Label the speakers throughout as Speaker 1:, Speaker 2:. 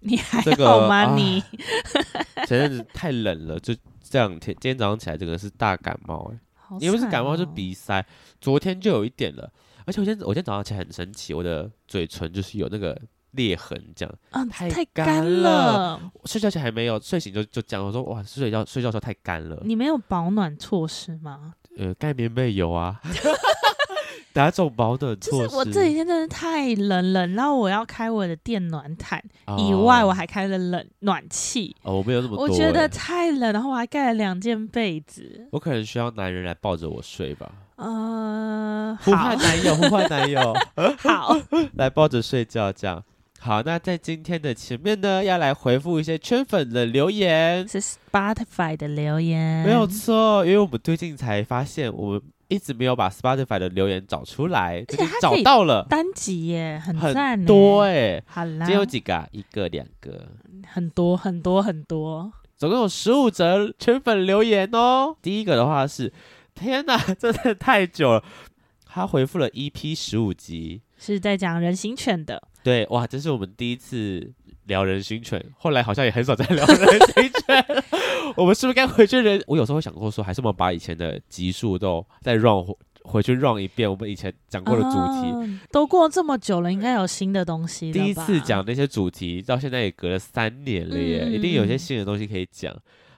Speaker 1: 你还
Speaker 2: 这个
Speaker 1: 好吗？
Speaker 2: 啊
Speaker 1: 你
Speaker 2: 前阵子太冷了，就这两天，今天早上起来整个是大感冒、欸，
Speaker 1: 好
Speaker 2: 也不是
Speaker 1: 惨
Speaker 2: 感冒，就
Speaker 1: 哦
Speaker 2: 鼻塞。昨天就有一点了，而且我今天我今天早上起来很神奇，我的嘴唇就是有那个裂痕，这样
Speaker 1: 啊
Speaker 2: 太
Speaker 1: 太
Speaker 2: 干
Speaker 1: 干
Speaker 2: 了。我睡觉前还没有，睡醒就就讲，我说哇，睡觉睡觉的时候太干了，
Speaker 1: 你没有保暖措施吗？
Speaker 2: 呃，盖棉被 有啊，哪种保暖
Speaker 1: 就
Speaker 2: 措
Speaker 1: 是
Speaker 2: 施？
Speaker 1: 我这几天真的太冷了，然后我要开我的电暖毯，
Speaker 2: 哦
Speaker 1: 以外我还开了冷暖气，
Speaker 2: 哦，我没有那么多
Speaker 1: 我
Speaker 2: 欸、
Speaker 1: 觉得太冷，然后我还盖了两件被子。
Speaker 2: 我可能需要男人来抱着我睡吧，
Speaker 1: 呃，
Speaker 2: 呼
Speaker 1: 好
Speaker 2: 唤男友，呼唤男友。
Speaker 1: 好，
Speaker 2: 来抱着睡觉这样。好，那在今天的前面呢，要来回复一些圈粉的留言，
Speaker 1: 是 Spotify 的留言，
Speaker 2: 没有错，因为我们最近才发现，我们一直没有把 Spotify 的留言找出来，
Speaker 1: 且
Speaker 2: 最近
Speaker 1: 它
Speaker 2: 找
Speaker 1: 可以嗯
Speaker 2: 到了，
Speaker 1: 单集耶，很赞
Speaker 2: 很
Speaker 1: 呢
Speaker 2: 多。哎、
Speaker 1: 好啦
Speaker 2: 今，天有几个、啊？一个、两个，
Speaker 1: 很多很多很多，
Speaker 2: 总共有十五则圈粉留言哦。第一个的话是，天哪，真的太久了，他回复了 EP 十五集，
Speaker 1: 是在讲人形犬的。
Speaker 2: 对，哇，这是我们第一次聊人心犬，后来好像也很少再聊人心犬 了。我们是不是该回去人？我有时候会想过说，还是我们把以前的集数都再 run 回回去 run 一遍，我们以前讲过的主题。
Speaker 1: 啊都过这么久了，应该有新的东西了吧
Speaker 2: 第一次讲那些主题，到现在也隔了三年了耶，
Speaker 1: 嗯
Speaker 2: 一定有
Speaker 1: 嗯
Speaker 2: 些
Speaker 1: 嗯
Speaker 2: 新的东西可以讲。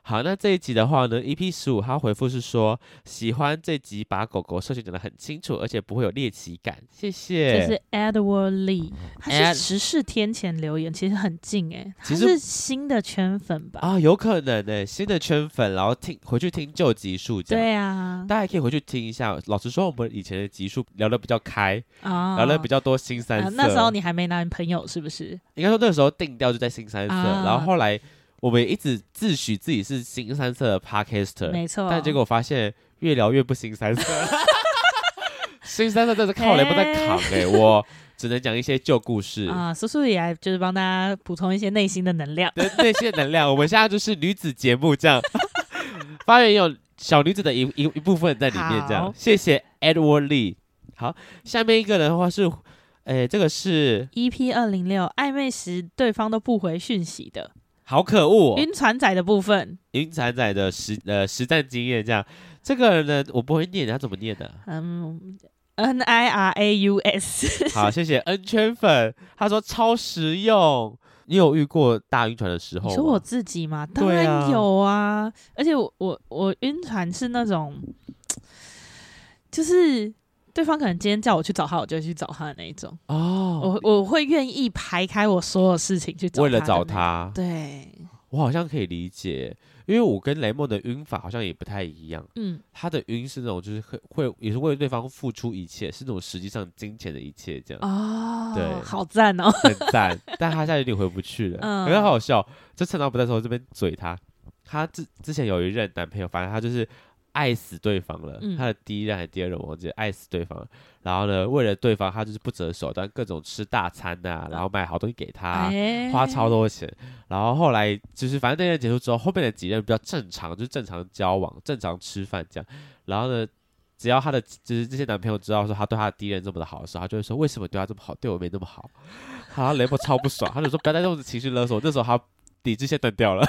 Speaker 2: 好，那这一集的话呢，EP 十五，他回复是说喜欢这集把狗狗社群讲得很清楚，而且不会有猎奇感，谢谢。
Speaker 1: 就是 Edward Lee，他
Speaker 2: 嗯
Speaker 1: 是
Speaker 2: Ed-
Speaker 1: 十四天前留言，其实很近哎、
Speaker 2: 其
Speaker 1: 他
Speaker 2: 实
Speaker 1: 是新的圈粉吧？
Speaker 2: 啊，有可能呢、新的圈粉，然后听回去听旧集数，这样
Speaker 1: 对啊，
Speaker 2: 大家也可以回去听一下。老实说，我们以前的集数聊得比较开，
Speaker 1: 啊，
Speaker 2: 聊得比较多新三色。
Speaker 1: 啊那时候你还没男朋友是不是？
Speaker 2: 应该说那时候定调就在新三色，
Speaker 1: 啊
Speaker 2: 然后后来我们也一直自诩自己是新三色的 podcaster，
Speaker 1: 没错，
Speaker 2: 但结果发现越聊越不新三色， 新三色真的是靠雷不在扛哎、我只能讲一些旧故事。
Speaker 1: 啊，叔叔也来就是帮大家补充一些内心的能量。
Speaker 2: 对那些能量，我们现在就是女子节目这样， 发源有小女子的一一一部分在里面，这样
Speaker 1: 好。
Speaker 2: 谢谢 Edward Lee。好，下面一个人的话是，哎，这个是
Speaker 1: EP E 二零六暧昧时对方都不回讯息的
Speaker 2: 好可恶、哦，
Speaker 1: 晕船仔的部分，
Speaker 2: 云产仔的实呃实战经验这样。这个人呢，我不会念，他怎么念 的、
Speaker 1: 嗯，N I R A U S，
Speaker 2: 好，谢谢 N 圈粉，他说超实用。你有遇过大晕船的时候
Speaker 1: 你
Speaker 2: 吗？
Speaker 1: 说我自己吗？当
Speaker 2: 啊对啊
Speaker 1: 然有啊，而且我我我晕船是那种，就是对方可能今天叫我去找他，我就会去找他的那一种，
Speaker 2: 哦，
Speaker 1: 我我会愿意排开我所有事情去找
Speaker 2: 为了
Speaker 1: 的
Speaker 2: 找
Speaker 1: 那种，
Speaker 2: 他，
Speaker 1: 对，
Speaker 2: 我好像可以理解，因为我跟雷梦的晕法好像也不太一样。
Speaker 1: 嗯，
Speaker 2: 他的晕是那种就是会会也是为对方付出一切，是那种实际上金钱的一切这样，
Speaker 1: 哦，
Speaker 2: 对
Speaker 1: 好赞哦，
Speaker 2: 很赞。 但他现在有点回不去了，
Speaker 1: 嗯
Speaker 2: 很好笑。就趁他不在的时候，这边嘴他。他之之前有一任男朋友，反正他就是爱死对方了。
Speaker 1: 嗯
Speaker 2: 他的第一任还是第二任，我忘记了爱死对方了。然后呢，为了对方，他就是不择手段，各种吃大餐呐、然后买好东西给他、
Speaker 1: 哎
Speaker 2: 啊花超多钱，然后后来就是反正那任结束之后，后面的几任比较正常，就是正常交往、正常吃饭这样。然后呢，只要她的就是这些男朋友知道说她对她的第一任这么的好的时候，她就会说为什么对她这么好，对我没那么好。好，雷波超不爽，她就说不要再用情绪勒索。那时候她理智线断掉了，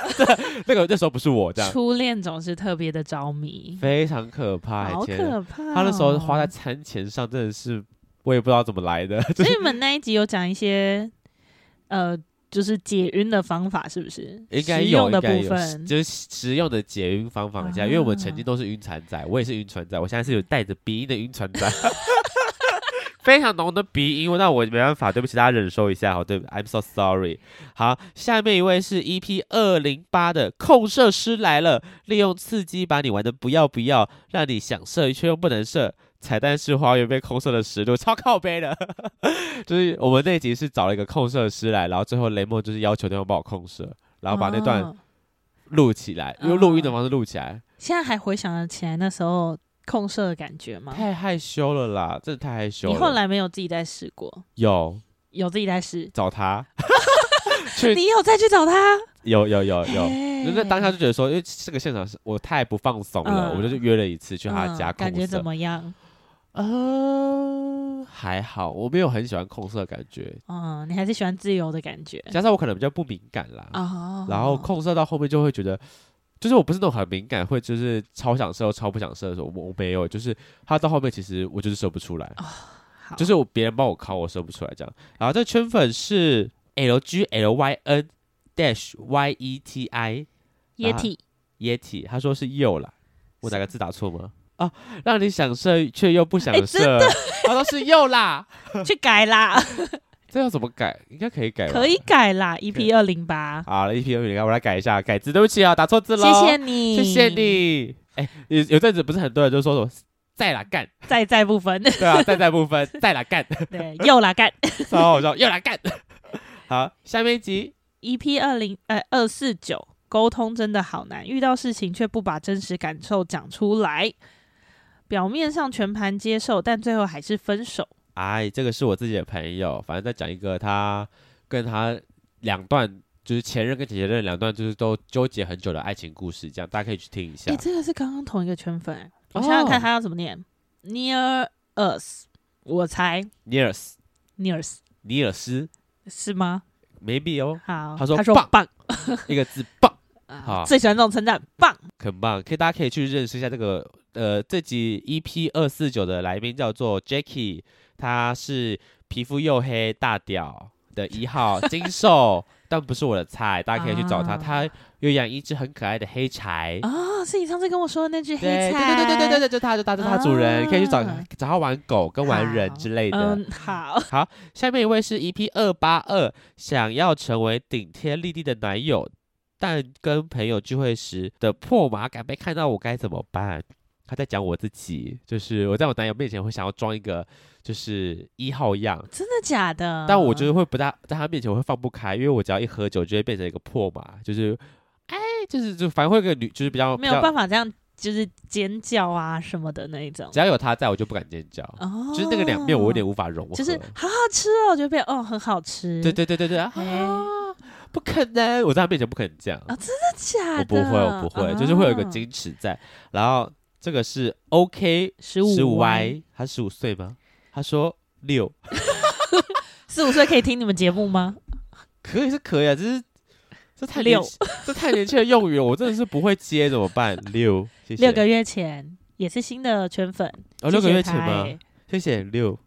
Speaker 2: 那个那时候不是我这样，
Speaker 1: 初恋总是特别的着迷，
Speaker 2: 非常可怕，
Speaker 1: 好
Speaker 2: 天哪！
Speaker 1: 可怕、哦。
Speaker 2: 她那时候花在餐钱上真的是我也不知道怎么来的，就
Speaker 1: 所
Speaker 2: 是
Speaker 1: 以你们那一集有讲一些，呃，就是解晕的方法，是不是？
Speaker 2: 应该
Speaker 1: 实
Speaker 2: 有，
Speaker 1: 用
Speaker 2: 应
Speaker 1: 的
Speaker 2: 该
Speaker 1: 部
Speaker 2: 有，
Speaker 1: 分。
Speaker 2: 就是实用的解晕方法一下，因为我们曾
Speaker 1: 啊
Speaker 2: 经都是晕船仔，我也是晕船仔，我现在是有带着鼻音的晕船仔， 非常浓的鼻音，那我没办法，对不起，大家忍受一下，好，对不，I'm so sorry。好，下面一位是 EP 二零八的控射师来了，利用刺激把你玩的不要不要，让你想射却又不能射。彩蛋是花园被控射的实录，超靠背的， 就是我们那集是找了一个控射师来，然后最后雷梦就是要求对方帮我控射，然后把那段
Speaker 1: 哦
Speaker 2: 录起来，用录音的方式录起来，
Speaker 1: 现在还回想得起来那时候控射的感觉吗？
Speaker 2: 太害羞了啦，真的太害羞
Speaker 1: 嗯
Speaker 2: 了。
Speaker 1: 你后来没有自己再试过？
Speaker 2: 有
Speaker 1: 有自己再试，
Speaker 2: 找他， 去
Speaker 1: 你有再去找他？哎
Speaker 2: 有有呃有 有，
Speaker 1: 嘿
Speaker 2: 那当下就觉得说，因为这个现场是我太不放松
Speaker 1: 嗯
Speaker 2: 了，我们就约了一次去他家
Speaker 1: 嗯感
Speaker 2: 控
Speaker 1: 觉
Speaker 2: 色
Speaker 1: 怎。么样？
Speaker 2: 呃，还好，我没有很喜欢控色的感觉，
Speaker 1: 嗯，你还是喜欢自由的感觉
Speaker 2: 加上我可能比较不敏感啦，
Speaker 1: 啊
Speaker 2: 嗯然后控色到后面就会觉得，就是我不是那种很敏感，会就是超想射又超不想射的时候，我我没有，就是他到后面其实我就是射不出来，
Speaker 1: 哦好
Speaker 2: 就是我别人帮我敲我射不出来这样。然后这圈粉是 L G L Y N dash Y E T I
Speaker 1: 液
Speaker 2: 啊
Speaker 1: 体，
Speaker 2: Yeti，他说是又啦，我哪个字打错吗？啊，让你想射却又不想
Speaker 1: 哎真
Speaker 2: 射，他说是又啦，
Speaker 1: 去改啦，
Speaker 2: 这要怎么改？应该可以改吧，
Speaker 1: 可以改啦，EP 二零八，
Speaker 2: 好了，EP 二零，我来改一下，改字，对不起啊，打错字喽，
Speaker 1: 谢谢你，
Speaker 2: 谢谢，你。哎、有有阵子不是很多人就说什么再啦 干，
Speaker 1: 在在部分，
Speaker 2: 对啊，再再不分，再啦 干，
Speaker 1: 对，又啦干
Speaker 2: 超好笑，又啦干。好，下面一集，
Speaker 1: EP 二零呃二四九。沟通真的好难，遇到事情却不把真实感受讲出来，表面上全盘接受，但最后还是分手。
Speaker 2: 哎，这个是我自己的朋友，反正在讲一个他跟他两段，就是前任跟前任两段，就是都纠结很久的爱情故事，这样大家可以去听一下
Speaker 1: 你、。这个是刚刚同一个圈粉欸、我
Speaker 2: 哦
Speaker 1: 想想看他要怎么念、Near us，我猜
Speaker 2: 尼尔斯，
Speaker 1: Near us
Speaker 2: 尼尔斯
Speaker 1: 是吗？
Speaker 2: ，maybe 哦，
Speaker 1: 好，
Speaker 2: 他说
Speaker 1: 他说
Speaker 2: 棒
Speaker 1: 棒
Speaker 2: 一个字棒，好
Speaker 1: 啊，最喜欢这种称赞，棒。
Speaker 2: 很棒，可以大家可以去认识一下这个呃这集 EP 二四九的来宾叫做 Jackie，他是皮肤黝黑大屌的一号精瘦，但不是我的菜，大家可以去找他，
Speaker 1: 啊
Speaker 2: 他有养一只很可爱的黑柴。
Speaker 1: 啊、是你上次跟我说的那句黑
Speaker 2: 对对
Speaker 1: 菜，
Speaker 2: 对对对对对，就他就他就他主人，你可以去找
Speaker 1: 啊
Speaker 2: 找他玩狗跟玩人
Speaker 1: 好
Speaker 2: 之类的。
Speaker 1: 嗯，好，
Speaker 2: 好，下面一位是 EP 二八二，想要成为顶天立地的男友，但跟朋友聚会时的破马感被看到，我该怎么办？他在讲我自己，就是我在我男友面前会想要装一个就是一号样，
Speaker 1: 真的假的？
Speaker 2: 但我觉得会不大在他面前我会放不开，因为我只要一喝酒就会变成一个破马，就是哎，就是就反正会有一个女就是比较
Speaker 1: 没有办
Speaker 2: 法，
Speaker 1: 法这样，就是尖叫啊什么的那一种
Speaker 2: 只。要有他在我就不敢尖叫，
Speaker 1: 哦，
Speaker 2: 就是那个两面我有点，无法融合，
Speaker 1: 就是好好吃哦，就变哦很好吃。
Speaker 2: 对对对对对啊
Speaker 1: 哎
Speaker 2: 不可能！我在他面前不可能这样，
Speaker 1: 啊真的假的？啊嗯
Speaker 2: 我不会，我不会，就是会有一个矜持在。然后这个是 OK
Speaker 1: 十五
Speaker 2: 十五 Y，他十五岁吗？他说六，
Speaker 1: 四五岁可以听你们节目吗？
Speaker 2: 可以是可以啊，只是这太年
Speaker 1: 六
Speaker 2: 这太年轻的用语了，我真的是不会接，怎么 办？六，谢谢。
Speaker 1: 六个月前也是新的圈粉，
Speaker 2: 哦，六个
Speaker 1: 谢谢
Speaker 2: 月前
Speaker 1: 他
Speaker 2: 吗？
Speaker 1: 欸
Speaker 2: 谢谢六。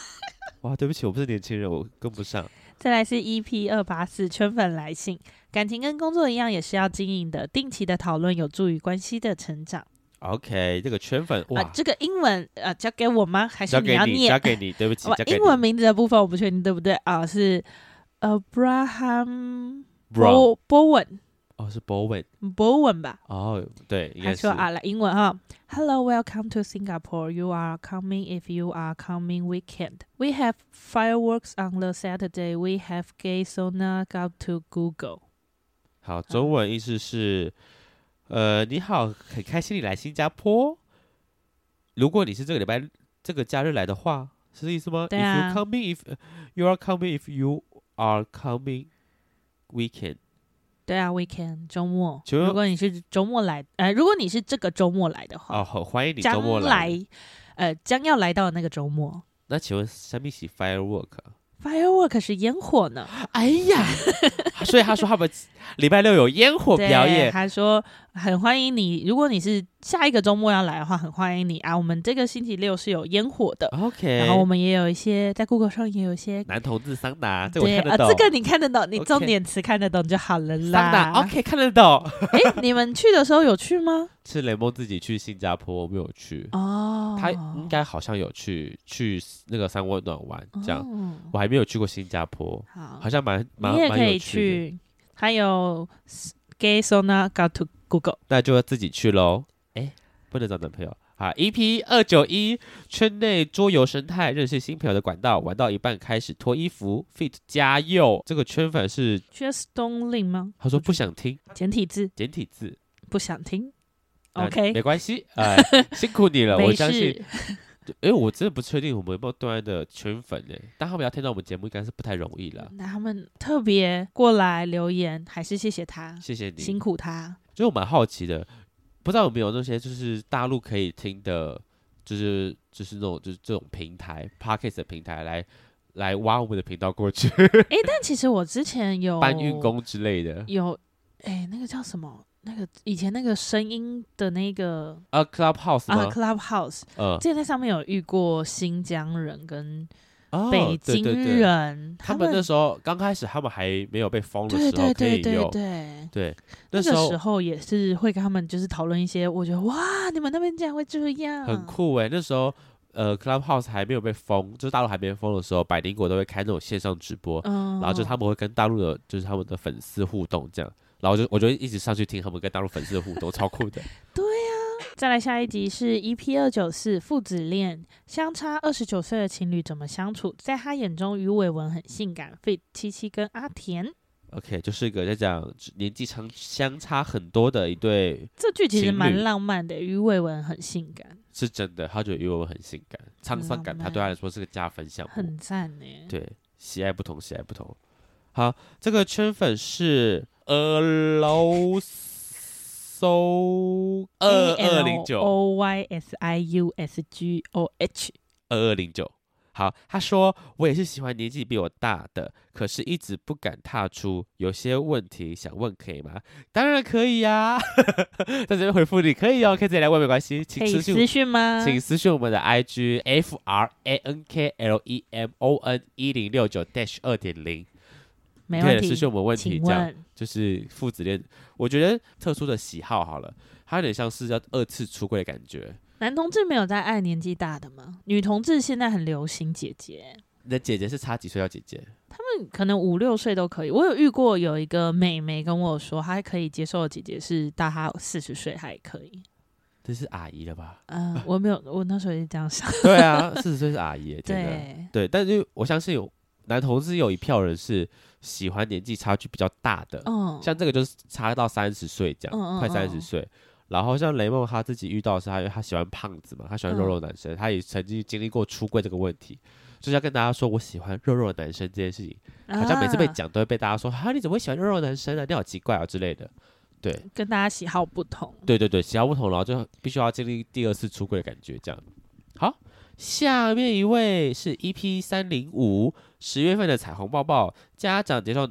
Speaker 2: 哇，对不起，我不是年轻人，我跟不上。
Speaker 1: 再来是 EP 二八四圈粉来信，感情跟工作一样，也是要经营的，定期的讨论有助于关系的成长。
Speaker 2: OK，这个圈粉哇
Speaker 1: 啊，，这个英文呃交给我吗？还是
Speaker 2: 交给
Speaker 1: 要
Speaker 2: 你，
Speaker 1: 念？
Speaker 2: 交给你，对不起
Speaker 1: 哇，
Speaker 2: 交给
Speaker 1: 英
Speaker 2: 你。
Speaker 1: 文名字的部分我不确定对不对啊？是呃 Abraham
Speaker 2: Brown
Speaker 1: Bo- Bowen
Speaker 2: 哦，是 Bowen
Speaker 1: Bowen 嗯吧？
Speaker 2: 哦，对，应该
Speaker 1: 他
Speaker 2: 是
Speaker 1: 说啊，来英文哈，Hello, welcome to Singapore. You are coming if you are coming weekend. We have fireworks on the Saturday. We have gay sauna. Go to Google.
Speaker 2: 好，
Speaker 1: 嗯
Speaker 2: 中文意思是，呃，你好，很开心你来新加坡。如果你是这个礼拜这个假日来的话，是这意思吗、
Speaker 1: 对
Speaker 2: i f
Speaker 1: 啊
Speaker 2: you coming, if you are coming, if you are coming weekend，
Speaker 1: 对啊，weekend 周末。
Speaker 2: 请问
Speaker 1: 如果你是周末来，呃，如果你是这个周末来的话，
Speaker 2: 哦，很欢迎你周末
Speaker 1: 将来，呃，将要来到的那个周末
Speaker 2: 那请问什么是 firework？啊
Speaker 1: ，firework 是烟火呢。
Speaker 2: 哎呀， 所以他说他们礼拜六有烟火
Speaker 1: 对
Speaker 2: 表演。
Speaker 1: 他说很欢迎你，如果你是下一个周末要来的话，很欢迎你啊。我们这个星期六是有烟火的，然后我
Speaker 2: OK，
Speaker 1: 们也有一些在 Google 上也有一些。
Speaker 2: 男同志桑拿，这我
Speaker 1: 对
Speaker 2: 看
Speaker 1: 啊
Speaker 2: 得，懂。
Speaker 1: 这个你看得懂，你
Speaker 2: OK
Speaker 1: 重点词看得懂就好了
Speaker 2: 桑拿
Speaker 1: 啦。
Speaker 2: OK 看得 懂。
Speaker 1: 哎，你们去的时候有去吗？
Speaker 2: 是雷蒙自己去新加坡，我没有去。
Speaker 1: 哦，
Speaker 2: 他应该好像有去去那个三温暖玩这样。
Speaker 1: 哦
Speaker 2: 我还没有去过新加坡，
Speaker 1: 好
Speaker 2: 好，像蛮蛮
Speaker 1: 你也
Speaker 2: 蛮
Speaker 1: 可
Speaker 2: 有
Speaker 1: 以
Speaker 2: 趣的，
Speaker 1: 去，还有 Gay Sona Go to Google。
Speaker 2: 那就要自己去喽。哎，不能找男朋友啊！EP 二九一圈内桌游生态，认识新朋友的管道，玩到一半开始脱衣服，fit 加右。这个圈粉是
Speaker 1: 缺 Stone Lin 吗？
Speaker 2: 他说不想听
Speaker 1: 简体字
Speaker 2: 简体字
Speaker 1: 不想听。
Speaker 2: 那
Speaker 1: OK，
Speaker 2: 没关系， 哎，辛苦你了，我
Speaker 1: 没
Speaker 2: 相信。
Speaker 1: 事。
Speaker 2: 因为我真的不确定我们有没有对岸的圈粉哎，但他们要听到我们节目应该是不太容易了。
Speaker 1: 那他们特别过来留言，还是谢谢他，
Speaker 2: 谢谢你，
Speaker 1: 嗯辛苦他。
Speaker 2: 就是我蛮好奇的，不知道有没有那些就是大陆可以听的就是就是那种就是这种平台 p o c k e t 的平台来来挖我们的频道过去，
Speaker 1: 哎，但其实我之前有
Speaker 2: 搬运工之类的。
Speaker 1: 有，哎，那个叫什么？那个以前那个声音的那个
Speaker 2: 啊，Clubhouse
Speaker 1: 啊
Speaker 2: 吗？
Speaker 1: ，Clubhouse，
Speaker 2: 呃，
Speaker 1: 之前在上面有遇过新疆人跟
Speaker 2: 哦
Speaker 1: 北
Speaker 2: 对
Speaker 1: 京
Speaker 2: 对对
Speaker 1: 人，
Speaker 2: 他
Speaker 1: 们
Speaker 2: 们那时候刚开始，他们还没有被封的
Speaker 1: 对
Speaker 2: 时候
Speaker 1: 对
Speaker 2: 可
Speaker 1: 对
Speaker 2: 以
Speaker 1: 对
Speaker 2: 用。
Speaker 1: 对，
Speaker 2: 对，
Speaker 1: 那
Speaker 2: 时
Speaker 1: 个
Speaker 2: 候
Speaker 1: 时候也是会跟他们就是讨论一些，我觉得哇，你们那边竟然会这样，
Speaker 2: 很酷哎、那时候呃，Clubhouse 还没有被封，就是大陆还没封的时候，百灵果都会开那种线上直播，
Speaker 1: 嗯，
Speaker 2: 然后就他们会跟大陆的，就是他们的粉丝互动这样。然后就我就一直上去听他们跟大陆粉丝的互动，超酷的。
Speaker 1: 再来下一集是 EP 二九四父子恋，相差二十九岁的情侣怎么相处？在他眼中，鱼尾纹很性感，fit 七七跟阿田。
Speaker 2: OK，就是一个在讲年纪相相差很多的一对，
Speaker 1: 这句其实
Speaker 2: 情侣
Speaker 1: 蛮浪漫的，鱼尾纹很性感，
Speaker 2: 是真的，他觉得鱼尾很性感，沧桑感，
Speaker 1: 浪
Speaker 2: 他
Speaker 1: 漫
Speaker 2: 对他来说是个加分项目。
Speaker 1: 很赞呢。
Speaker 2: 对，喜爱不同，喜爱不同。好，这个圈粉是俄罗搜二二零九
Speaker 1: O Y S I U S G O H，
Speaker 2: 二二零九。好，他说我也是喜欢年纪比我大的，可是一直不敢踏出。有些问题想问，可以吗？当然可以呀、 在这边回复你可以哦，可以直接来问没关系，
Speaker 1: 可
Speaker 2: 请
Speaker 1: 以
Speaker 2: 私信
Speaker 1: 私讯吗？
Speaker 2: 请私讯我们的 IG F R A N K L E M O N 一零六九 dash 二点零，
Speaker 1: 没
Speaker 2: 可
Speaker 1: 问
Speaker 2: 以私
Speaker 1: 题
Speaker 2: 讯。我们问题，
Speaker 1: 请
Speaker 2: 这样
Speaker 1: 问
Speaker 2: 就是父子恋。我觉得特殊的喜好好了，它有点像是要二次出柜的感觉。
Speaker 1: 男同志没有在爱年纪大的吗？女同志现在很流行姐姐，
Speaker 2: 你的姐姐是差几岁叫姐姐？
Speaker 1: 嗯可能五六岁都可以。我有遇过有一个妹妹跟我说，她可以接受的姐姐是大她四十岁，还可以。？
Speaker 2: 这是阿姨了吧
Speaker 1: 嗯、我没有，我那时候也这样想。
Speaker 2: 对啊，四十岁是阿姨耶，天哪
Speaker 1: 对，
Speaker 2: 对，但是我相信有男同志有一票人是喜欢年纪差距比较大的，
Speaker 1: 嗯，
Speaker 2: 像这个就是差到三十岁这样，
Speaker 1: 嗯嗯
Speaker 2: 快三
Speaker 1: 嗯
Speaker 2: 十岁。然后像雷梦他自己遇到的是他，因为他喜欢胖子嘛，他喜
Speaker 1: 嗯
Speaker 2: 欢肉肉男生，他也曾经经历过出柜这个问题，就是要跟大家说我喜欢肉肉的男生这件事情，好像每次被
Speaker 1: 啊
Speaker 2: 讲都会被大家说啊你怎么会喜欢肉肉男生呢、你好奇怪啊之类的。对
Speaker 1: 跟大家喜好不同。
Speaker 2: 对对对，喜好不同，然后就必须要经历第二次出柜的感觉这样。好，下面一位是 EP 三零五十月份的彩虹抱抱，家长接受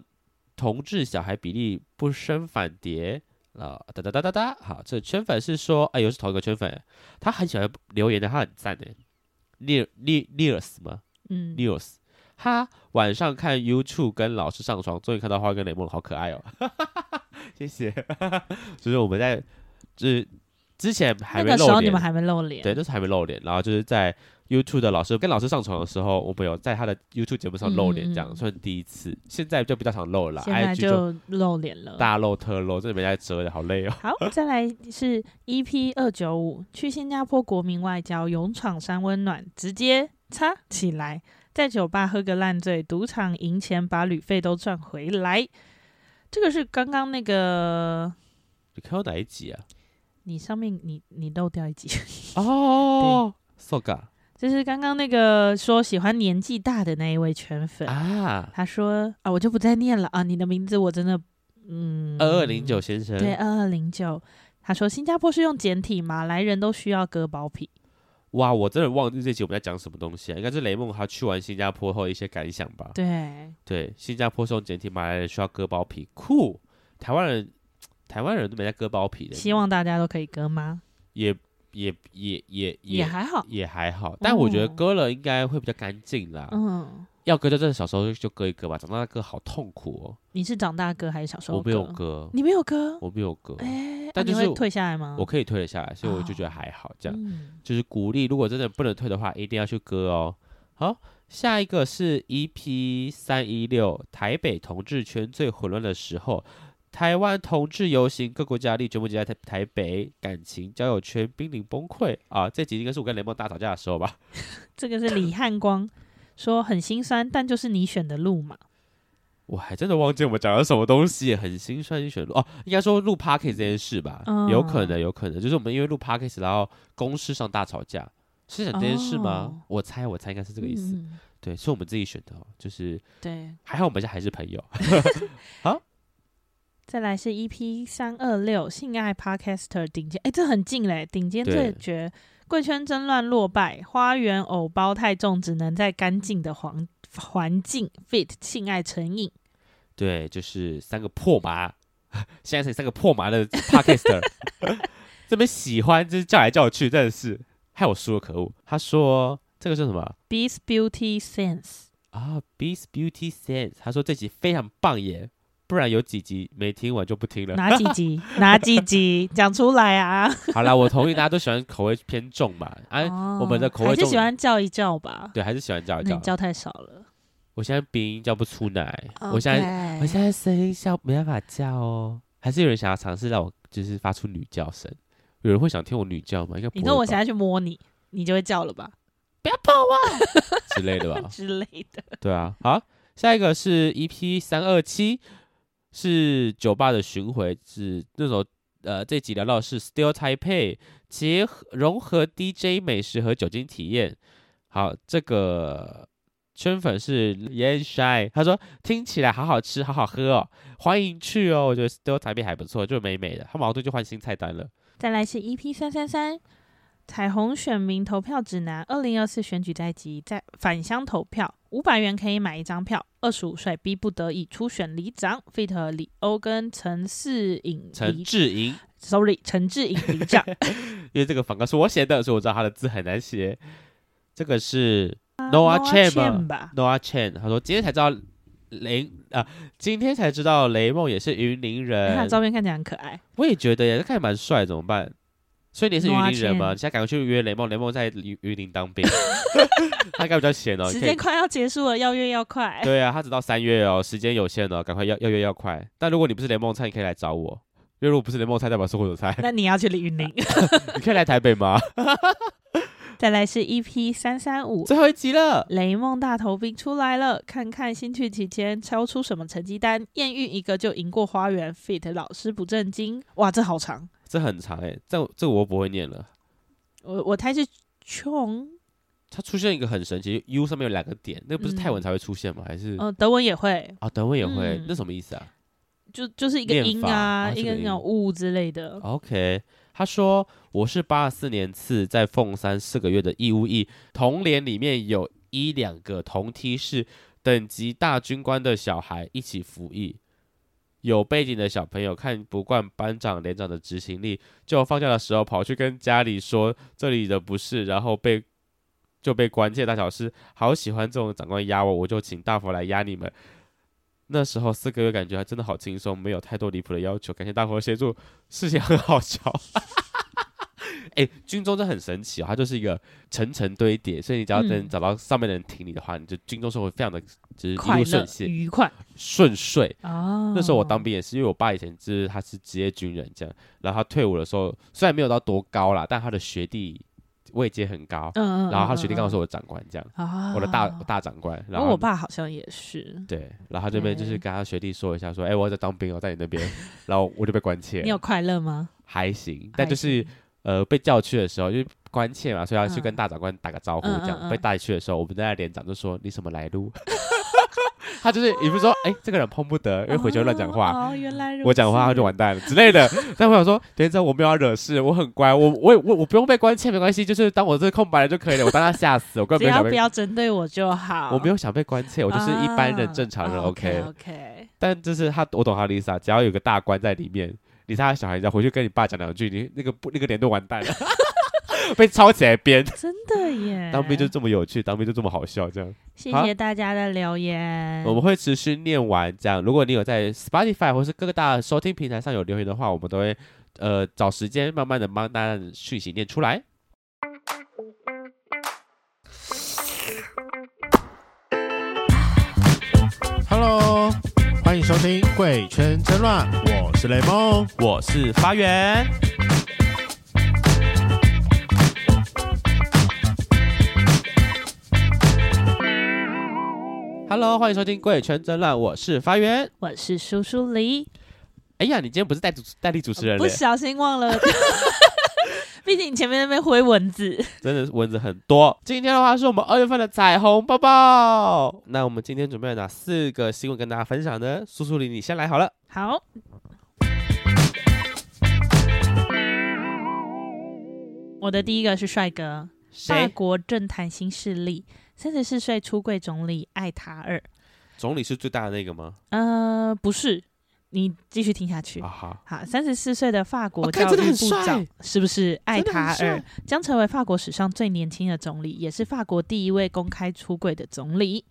Speaker 2: 同志小孩比例不升反跌。啊，哒哒哒哒哒，好，这圈粉是说，哎，又是同一个圈粉，他很喜欢留言的，他很赞的，Near Near Nears 吗
Speaker 1: 嗯，
Speaker 2: ？Nears，他晚上看 YouTube 跟老师上床，终于看到花跟雷梦了，好可爱哦， 谢谢。 就是我们在，就是之前还
Speaker 1: 那
Speaker 2: 没
Speaker 1: 个时
Speaker 2: 露
Speaker 1: 候你
Speaker 2: 脸
Speaker 1: 们，还没露脸，
Speaker 2: 对，就是还没露脸，然后就是在 YouTube 的老师跟老师上床的时候，我们有在他的 YouTube 节目上露脸，
Speaker 1: 嗯
Speaker 2: 这
Speaker 1: 嗯
Speaker 2: 样
Speaker 1: 嗯
Speaker 2: 算第一次。现在就比较常露了啦
Speaker 1: 现在
Speaker 2: ，IG 就
Speaker 1: 就露脸了。
Speaker 2: 大露特露，真的没在遮的，好累哦。
Speaker 1: 好，再来是 EP 二九五，去新加坡国民外交，勇闯山温暖，直接擦起来，在酒吧喝个烂醉，赌场赢钱把旅费都赚回来。这个是刚刚那个
Speaker 2: 你看到哪一集啊？
Speaker 1: 你上面你你漏掉一集，
Speaker 2: 哦，Soga
Speaker 1: 就是刚刚那个说喜欢年纪大的那一位圈粉，
Speaker 2: 啊，
Speaker 1: 他说啊我就不再念了啊，你的名字我真的嗯
Speaker 2: 二二零九先生，
Speaker 1: 对二二零九。他说：“新加坡是用简体吗？来人都需要割包皮，
Speaker 2: 哇，我真的忘记这集我们在讲什么东西啊？应该是雷梦他去完新加坡后的一些感想吧。
Speaker 1: 对，
Speaker 2: 对，新加坡是用简体，马来人需要割包皮，酷。台湾人，台湾人都没在割包皮的，
Speaker 1: 希望大家都可以割吗？
Speaker 2: 也也也也
Speaker 1: 也还好，
Speaker 2: 也还好，但我觉得
Speaker 1: 哦
Speaker 2: 割了应该会比较干净啦。
Speaker 1: 嗯。
Speaker 2: 要割就真的小时候就割一割吧，长大割好痛苦
Speaker 1: 你是长大割还是小时
Speaker 2: 哦。
Speaker 1: 候？
Speaker 2: 我没有，割，
Speaker 1: 你没有割？
Speaker 2: 我没有割，
Speaker 1: 哎，
Speaker 2: 但
Speaker 1: 啊你
Speaker 2: 就是
Speaker 1: 会退下来吗？
Speaker 2: 我可以退得下来，所以我
Speaker 1: 哦
Speaker 2: 就觉得还好。这样、
Speaker 1: 嗯，
Speaker 2: 就是鼓励，如果真的不能退的话，一定要去割哦。好，下一个是 EP 三一六，台北同志圈最混乱的时候。台湾同志游行，各国家力全部集在台台北，感情交友圈濒临崩溃啊！这集应该是我跟雷梦大吵架的时候吧？
Speaker 1: 这个是李汉光说很心酸，但就是你选的路嘛。
Speaker 2: 我还真的忘记我们讲了什么东西，很心酸选录哦，应该说录 p a r k e t 这件事吧，
Speaker 1: 嗯
Speaker 2: 有可能，有可能，就是我们因为录 p a r k e t 然后公事上大吵架，是讲这件事吗？我猜，我猜应该是这个意思，
Speaker 1: 嗯
Speaker 2: 对，是我们自己选的哦，就是
Speaker 1: 对，
Speaker 2: 还好我们现在还是朋友，
Speaker 1: 再来是 E EP 三二六性爱 Podcaster 顶尖，哎，这很近嘞，顶尖
Speaker 2: 对
Speaker 1: 对决贵圈争乱落败，花园偶包太重，只能在干净的环环境 fit 性爱成瘾。
Speaker 2: 对，就是三个破麻， 现在是三个破麻的 podcaster，这边喜欢就是叫来叫去，真的是害我输了，可恶。他说这个是什么
Speaker 1: Beast beauty sense，
Speaker 2: 啊？Beast Beauty Sense，他说这集非常棒耶，不然有几集没听完就不听了。
Speaker 1: 哪几集？哪几集？讲出来啊！
Speaker 2: 好啦，我同意，大家都喜欢口味偏重嘛，啊，
Speaker 1: 哦
Speaker 2: 我们的口味
Speaker 1: 还是
Speaker 2: 重
Speaker 1: 喜欢叫一叫吧。
Speaker 2: 对，还是喜欢叫一
Speaker 1: 那你
Speaker 2: 叫。
Speaker 1: 叫太少了。
Speaker 2: 我现在鼻音叫不出来，
Speaker 1: 哦
Speaker 2: 我现在我
Speaker 1: 在
Speaker 2: 现在声音叫没办法叫哦，还是有人想要尝试让我就是发出女叫声？有人会想听我女叫吗？应该不
Speaker 1: 你
Speaker 2: 会
Speaker 1: 跟我
Speaker 2: 吧
Speaker 1: 现在去摸你，你就会叫了吧？
Speaker 2: 之类的吧
Speaker 1: 之类的。
Speaker 2: 对啊，好，下一个是 EP 三二七，是酒吧的巡回，是那首呃这集聊到的是 Still Taipei 结合融合 DJ 美食和酒精体验。好，这个圈粉是 Yan Shy，他说听起来好好吃，好好喝哦，欢迎去哦。我觉得 Still Taipei 还不错，就美美的。他们好像就换新菜单了。
Speaker 1: 再来是 EP 三三三，彩虹选民投票指南，二零二四选举在即，在返乡投票，五百元可以买一张票。二十五岁逼不得已初选里长，fit 李欧跟陈世颖
Speaker 2: 陈
Speaker 1: 里
Speaker 2: 志莹，
Speaker 1: ，sorry 陈志颖里长。
Speaker 2: 因为这个广告是我写的，所以我知道他的字很难写。这个是
Speaker 1: 啊 Noah
Speaker 2: Noah Chen 吧
Speaker 1: Chen 吧，
Speaker 2: Noah Chen，他说今天才知道雷啊，今天才知道雷梦也是云林
Speaker 1: 哎他
Speaker 2: 人
Speaker 1: 的，照片看起来很可爱。
Speaker 2: 我也觉得耶，他看起来蛮帅，怎么办？所以你也是云
Speaker 1: Noah
Speaker 2: 林人
Speaker 1: Chen
Speaker 2: 吗？你现在赶快去约雷梦，雷梦在云云林 当兵，他应该比较闲哦。你
Speaker 1: 时
Speaker 2: 可以
Speaker 1: 间快要 结束了，邀约要快。
Speaker 2: 对啊，他只到三月哦，时间有限哦，赶快要要约要快。但如果你不是雷梦菜，你可以来找我，因为如果不是雷梦菜，代表是我的 菜。
Speaker 1: 那你要去云林。
Speaker 2: 你可以来台北吗？
Speaker 1: 再来是 EP 三三五，
Speaker 2: 最后一集了，
Speaker 1: 雷梦大头兵出来了，看看新剧期间敲出什么成绩单。艳遇一个就赢过花园，fit 老师不正经。哇，这好长，
Speaker 2: 这很长哎、这这个我不会念了。
Speaker 1: 我我猜是穷，
Speaker 2: 它出现一个很神奇，U 上面有两个点，那个不
Speaker 1: 嗯
Speaker 2: 是泰文才会出现吗？还是
Speaker 1: 呃，德文也会，
Speaker 2: 哦，德文也会，
Speaker 1: 嗯
Speaker 2: 那什么意思啊
Speaker 1: 就就是一个音啊，
Speaker 2: 念法哦
Speaker 1: 一个
Speaker 2: 是个哦音
Speaker 1: 那种物之类的。
Speaker 2: ？OK，他说我是八十四年次在凤山四个月的义务役，同连里面有一两个同梯是等级大军官的小孩一起服役。有背景的小朋友看不惯班长、连长的执行力，就放假的时候跑去跟家里说这里的不是，然后被就被关切大小事。好喜欢这种长官压我，我就请大佛来压你们。那时候四个月感觉还真的好轻松，没有太多离谱的要求。感谢大佛的协助，事情很 好笑。哎、军中真的很神奇哦，它就是一个 层层堆叠，所以你只要能
Speaker 1: 嗯
Speaker 2: 找到上面的人挺你的话，你就军中生活非常的就是一
Speaker 1: 快
Speaker 2: 路
Speaker 1: 乐
Speaker 2: 顺、遂
Speaker 1: 愉快
Speaker 2: 顺遂。
Speaker 1: 哦。
Speaker 2: 那时候我当兵也是，因为我爸以前就是他是职业军人这样，然后他退伍的时候虽然没有到多高啦，但他的学弟位阶很高，
Speaker 1: 嗯，嗯嗯，
Speaker 2: 然后他学弟
Speaker 1: 嗯
Speaker 2: 刚好是我的长官这样，
Speaker 1: 啊，
Speaker 2: 我的大我大长官，然
Speaker 1: 然后
Speaker 2: 后他
Speaker 1: 我爸好哎像也是。
Speaker 2: 对，然后他这边就是
Speaker 1: 对
Speaker 2: 跟他学弟说一下说，哎，我在当兵哦，在你 那边，然后我就被关切
Speaker 1: 你，有快乐吗？
Speaker 2: 还行，但就
Speaker 1: 还
Speaker 2: 是
Speaker 1: 行
Speaker 2: 呃被叫去的时候就是关切嘛，所以要去跟
Speaker 1: 嗯
Speaker 2: 大长官打个招呼
Speaker 1: 嗯嗯
Speaker 2: 这样，
Speaker 1: 嗯
Speaker 2: 被带去的时候，我们在那连长就说你什么来路， 他就是也不是说哎这个人碰不得，因为回去会乱讲话，
Speaker 1: 哦，哦原来如此
Speaker 2: 我讲话他就完蛋了之类的。 但我想说，连长我没有要惹事，我很乖，我我我我不用被关切，没关系，就是当我这空白了就可以了。我当他吓死，我根
Speaker 1: 只
Speaker 2: 本没有
Speaker 1: 要
Speaker 2: 想
Speaker 1: 不
Speaker 2: 被，
Speaker 1: 要啊针对我就好。
Speaker 2: 我没有想被关切，我就是一般人正常人、
Speaker 1: OK
Speaker 2: OK。
Speaker 1: OK，
Speaker 2: 但就是他，我懂他 Lisa，只要有个大官在里面，你是他的小孩，你要回去跟你爸讲两句，你那个不那个脸都完 蛋了， 被抄起来编。
Speaker 1: 真的耶！
Speaker 2: 当兵就这么有趣，当兵就这么好笑，这样。
Speaker 1: 谢谢大家的留言。
Speaker 2: 我们会持续念完，这样。如果你有在 Spotify 或是各个大的收听平台上有留言的话，我们都会呃找时间慢慢的帮大家的讯息念出来。
Speaker 3: Hello，欢迎收听《贵圈争乱》，我是雷梦。
Speaker 2: 我是发源，Hello，欢迎收听《贵圈争乱》，我是发源。
Speaker 1: 我是叔叔梨，
Speaker 2: 哎呀，你今天不是代主代理主持人
Speaker 1: 哦不
Speaker 2: 嘞？
Speaker 1: 小心忘了。 毕竟你前面那边挥蚊子，
Speaker 2: 真的是蚊子很多。今天的话是我们二月份的彩虹抱抱。那我们今天准备了哪四个新闻跟大家分享呢？苏苏里，你先来好了。
Speaker 1: 好，我的第一个是帅哥，法
Speaker 2: 谁？
Speaker 1: 国政坛新势力，三十四岁出柜总理艾塔尔。
Speaker 2: 总理是最大的那个吗？
Speaker 1: 呃，不是，你继续听下去。
Speaker 2: 啊哈，
Speaker 1: 好，三十四岁的法国
Speaker 2: 哦看
Speaker 1: 教
Speaker 2: 真的
Speaker 1: 育
Speaker 2: 很
Speaker 1: 部长
Speaker 2: 帅
Speaker 1: 是不是艾
Speaker 2: 真的很
Speaker 1: 塔尔
Speaker 2: 帅
Speaker 1: 将成为法国史上最年轻的总理，也是法国第一位公开出柜的总理。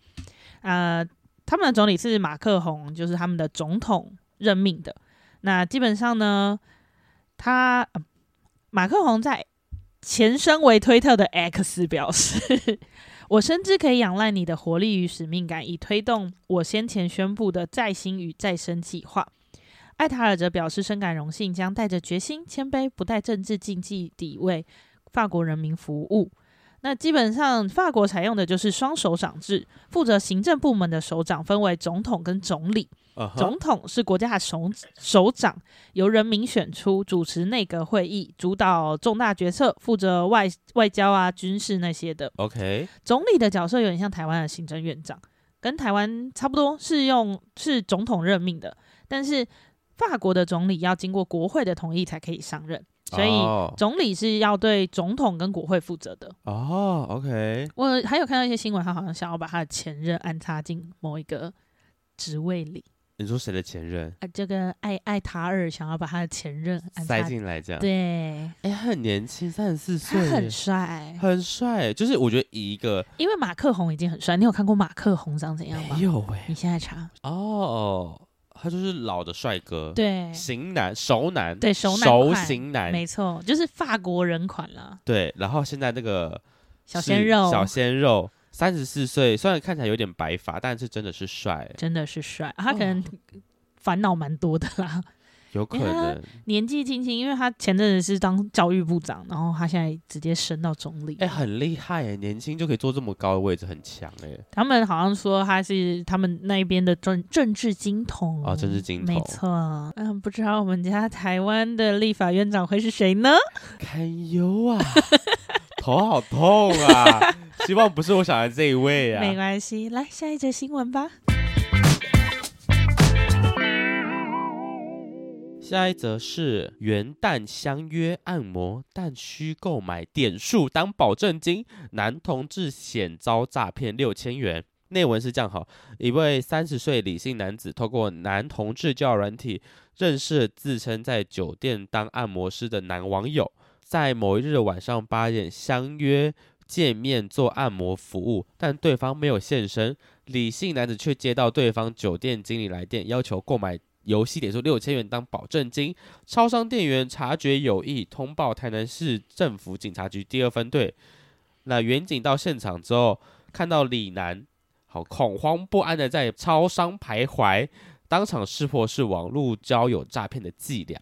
Speaker 1: 呃，他们的总理是马克宏，就是他们的总统任命的。那基本上呢，他、呃马克宏在前身为推特的 X 表示。我深知可以仰赖你的活力与使命感，以推动我先前宣布的再兴与再生计划。艾塔尔则表示深感荣幸，将带着决心、谦卑，不带政治竞技底为法国人民服务。那基本上，法国采用的就是双首长制，负责行政部门的首长分为总统跟总理。
Speaker 2: 啊哈，
Speaker 1: 总统是国家的首首长，由人民选出，主持内阁会议，主导重大决策，负责外外交啊、军事那些的。
Speaker 2: OK，
Speaker 1: 总理的角色有点像台湾的行政院长，跟台湾差不多，是用是总统任命的，但是法国的总理要经过国会的同意才可以上任，所以
Speaker 2: 哦
Speaker 1: 总理是要对总统跟国会负责的。
Speaker 2: 哦，OK，
Speaker 1: 我还有看到一些新闻，他好像想要把他的前任安插进某一个职位里。
Speaker 2: 你说谁的前任
Speaker 1: 啊，这个艾艾塔尔想要把他的前任安
Speaker 2: 塞
Speaker 1: 插，
Speaker 2: 进来这样？
Speaker 1: 对
Speaker 2: 哎，他很年轻，三十四
Speaker 1: 他
Speaker 2: 岁耶，
Speaker 1: 很帅，
Speaker 2: 很帅，就是我觉得以一个
Speaker 1: 因为马克宏已经很帅。你有看过马克宏长怎样吗
Speaker 2: 没？有哎、
Speaker 1: 你现在查，
Speaker 2: 哦，他就是老的帅哥，，
Speaker 1: 对，
Speaker 2: 型男、熟男，
Speaker 1: 对熟男
Speaker 2: 熟
Speaker 1: 款
Speaker 2: 型男，
Speaker 1: 没错，就是法国人款啦，
Speaker 2: 对。然后现在那个
Speaker 1: 小
Speaker 2: 是
Speaker 1: 鲜肉，
Speaker 2: 小鲜肉，三十四岁，虽然看起来有点白发，但是真的是帅，
Speaker 1: 真的是帅。他可
Speaker 2: 哦
Speaker 1: 能烦恼蛮多的啦，
Speaker 2: 有可
Speaker 1: 因为他
Speaker 2: 能。
Speaker 1: 年纪轻轻，因为他前阵子是当教育部长，然后他现在直接升到总理。
Speaker 2: 哎、很厉害哎，年轻就可以坐这么高的位置，很强哎。
Speaker 1: 他们好像说他是他们那一边的政政治金童
Speaker 2: 哦政治金
Speaker 1: 没
Speaker 2: 童
Speaker 1: 错。嗯，不知道我们家台湾的立法院长会是谁呢？
Speaker 2: 堪忧啊， 头好痛啊！ 希望不是我想的这一位
Speaker 1: 没
Speaker 2: 啊。
Speaker 1: 关系，来下一则新闻吧。
Speaker 2: 下一则是元旦相约按摩，但需购买点数当保证金，男同志险遭诈骗六千元。内文是这样哈，一位三十岁李姓男子透过男同志交友软体认识了自称在酒店当按摩师的男网友，在某一日晚上八点相约见面做按摩服务，但对方没有现身。李姓男子却接到对方酒店经理来电，要求购买游戏点数六千元当保证金。超商店员察觉有异，通报台南市政府警察局第二分队。那远警到现场之后，看到李男好恐慌不安的在超商徘徊，当场识破是网络交友诈骗的伎俩。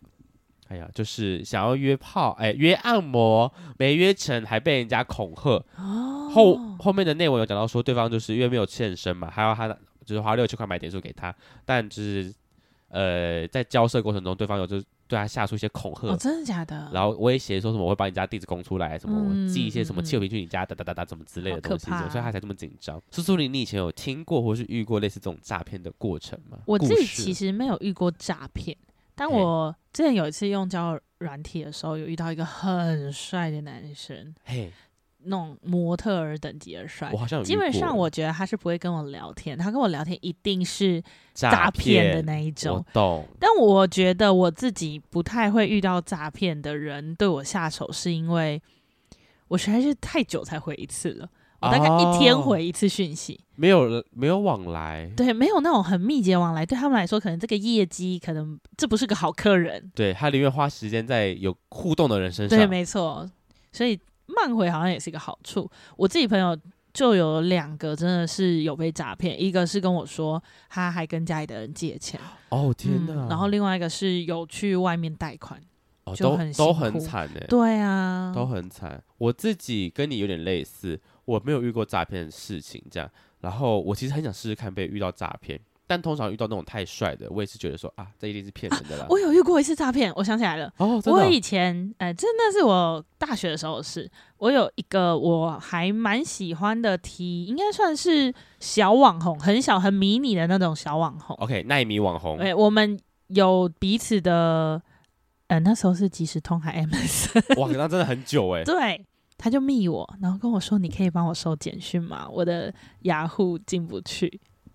Speaker 2: 哎呀，就是想要约炮，哎，约按摩没约成，还被人家恐吓。
Speaker 1: 哦，
Speaker 2: 后后面的内文有讲到说，对方就是因为没有现身嘛，还要他就是花六千块买点数给他，但就是呃在交涉过程中，对方有就是对他下出一些恐吓，
Speaker 1: 哦，真的假的？
Speaker 2: 然后威胁说什么我会把你家地址供出来，什么
Speaker 1: 嗯
Speaker 2: 我寄一些什
Speaker 1: 嗯
Speaker 2: 么汽油瓶去你家，哒哒哒哒，怎么之类
Speaker 1: 好
Speaker 2: 的
Speaker 1: 可
Speaker 2: 东西，
Speaker 1: 怕
Speaker 2: 所以他才这么紧张。苏苏林，你以前有听过或是遇过类似这种诈骗的过程吗？
Speaker 1: 我
Speaker 2: 故
Speaker 1: 自己
Speaker 2: 事
Speaker 1: 其实没有遇过诈骗，但
Speaker 2: 嘿
Speaker 1: 我之前有一次用交友软体的时候，有遇到一个很帅的男生，
Speaker 2: 嘿，
Speaker 1: 那种模特儿等级的帅
Speaker 2: 我。好像有
Speaker 1: 哎基
Speaker 2: 遇
Speaker 1: 本上，
Speaker 2: 过
Speaker 1: 我觉得他是不会跟我聊天，他跟我聊天一定是诈
Speaker 2: 诈
Speaker 1: 骗的那一种
Speaker 2: 我。懂，
Speaker 1: 但我觉得我自己不太会遇到诈骗的人对我下手，是因为我实在是太久才回一次了，我大概一天
Speaker 2: 哦
Speaker 1: 回一次讯息。
Speaker 2: 没有没有往来，
Speaker 1: 对，没有那种很密集的往来，对他们来说，可能这个业绩，可能这不是个好客人。
Speaker 2: 对他宁愿花时间在有互动的人身上。
Speaker 1: 对，没错。所以慢回好像也是一个好处。我自己朋友就有两个真的是有被诈骗，一个是跟我说他还跟家里的人借钱，
Speaker 2: 哦天哪、
Speaker 1: 嗯，然后另外一个是有去外面贷款。
Speaker 2: 哦
Speaker 1: 就
Speaker 2: 都
Speaker 1: 很
Speaker 2: 都
Speaker 1: 辛
Speaker 2: 很
Speaker 1: 苦
Speaker 2: 惨哎、
Speaker 1: 对啊，
Speaker 2: 都很惨。我自己跟你有点类似，我没有遇过诈骗的事情这样。然后我其实很想试试看被遇到诈骗，但通常遇到那种太帅的，我也是觉得说啊，这一定是骗人的啦。
Speaker 1: 我有遇过一次诈骗，我想起来了。
Speaker 2: 哦，真的
Speaker 1: 我
Speaker 2: 哦
Speaker 1: 以前，呃，真的是我大学的时候的事。我有一个我还蛮喜欢的 T，应该算是小网红，很小很迷你的那种小网红。
Speaker 2: OK，奈米网红
Speaker 1: 对，我们有彼此的呃，那时候是即时通还 MSN，
Speaker 2: 哇，那真的很久 哎、
Speaker 1: 对，他就密我，然后跟我说你可以帮我收简讯吗？我的雅虎进不去，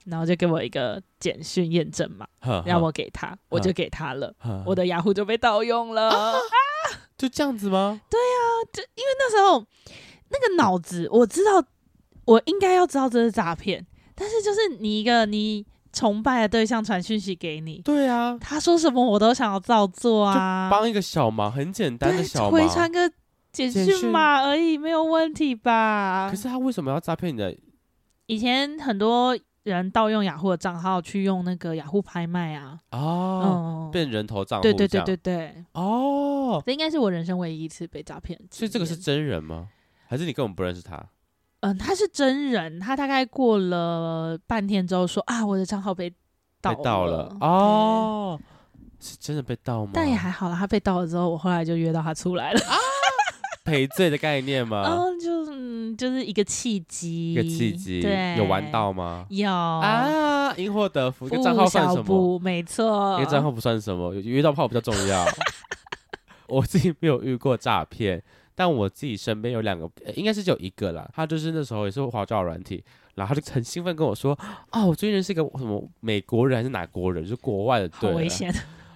Speaker 1: 然后就给我一个简讯验证码，
Speaker 2: 欸，
Speaker 1: 让我给他，我就给他了，
Speaker 2: 哼
Speaker 1: 我的雅虎就被盗用了。
Speaker 2: 就这样子吗？
Speaker 1: 那时候那个脑子，我知道我应该要知道这是诈骗，但是就是你一个你崇拜的对象传讯息给你，
Speaker 2: 对啊，
Speaker 1: 他说什么我都想要照做啊，
Speaker 2: 帮一个小忙，很简单的
Speaker 1: 对
Speaker 2: 小
Speaker 1: 回
Speaker 2: 忙。
Speaker 1: 传个简
Speaker 2: 简
Speaker 1: 讯
Speaker 2: 讯
Speaker 1: 码而已，没有问题吧
Speaker 2: 可？是他为什么要诈骗你的？
Speaker 1: 以前很多人盗用雅虎的账号去用那个雅虎拍卖啊，
Speaker 2: 哦，
Speaker 1: 哦，
Speaker 2: 变人头账户这
Speaker 1: 对
Speaker 2: 样，
Speaker 1: 对对对对，
Speaker 2: 哦，
Speaker 1: 这应该是我人生唯一一次被诈骗的经验。
Speaker 2: 所以这个是真人吗？还是你根本不认识他？
Speaker 1: 嗯，他是真人，他大概过了半天之后说啊，我的账号被盗
Speaker 2: 被盗
Speaker 1: 了
Speaker 2: 了。哦，是真的被盗吗？
Speaker 1: 对但也还好啦，他被盗了之后，我后来就约到他出来了。
Speaker 2: 赔罪的概念吗？
Speaker 1: 嗯，就是嗯就是一个契机，
Speaker 2: 啊一个契机，
Speaker 1: 对，
Speaker 2: 有玩到吗？
Speaker 1: 有
Speaker 2: 啊，因祸得福，一
Speaker 1: 服
Speaker 2: 个
Speaker 1: 务
Speaker 2: 账号算
Speaker 1: 小
Speaker 2: 什么？
Speaker 1: 补没错，
Speaker 2: 一个账号不算什么，有遇到炮比较重 要。我自己没有遇过诈骗，但我自己身边有两个，呃应该是只有一个啦。他就是那时候也是华侨软体，然后他就很兴奋跟我说：“哦，我最近认识一个什么美国人还是哪国人，就是国外的，
Speaker 1: 好
Speaker 2: 对了，
Speaker 1: 危险。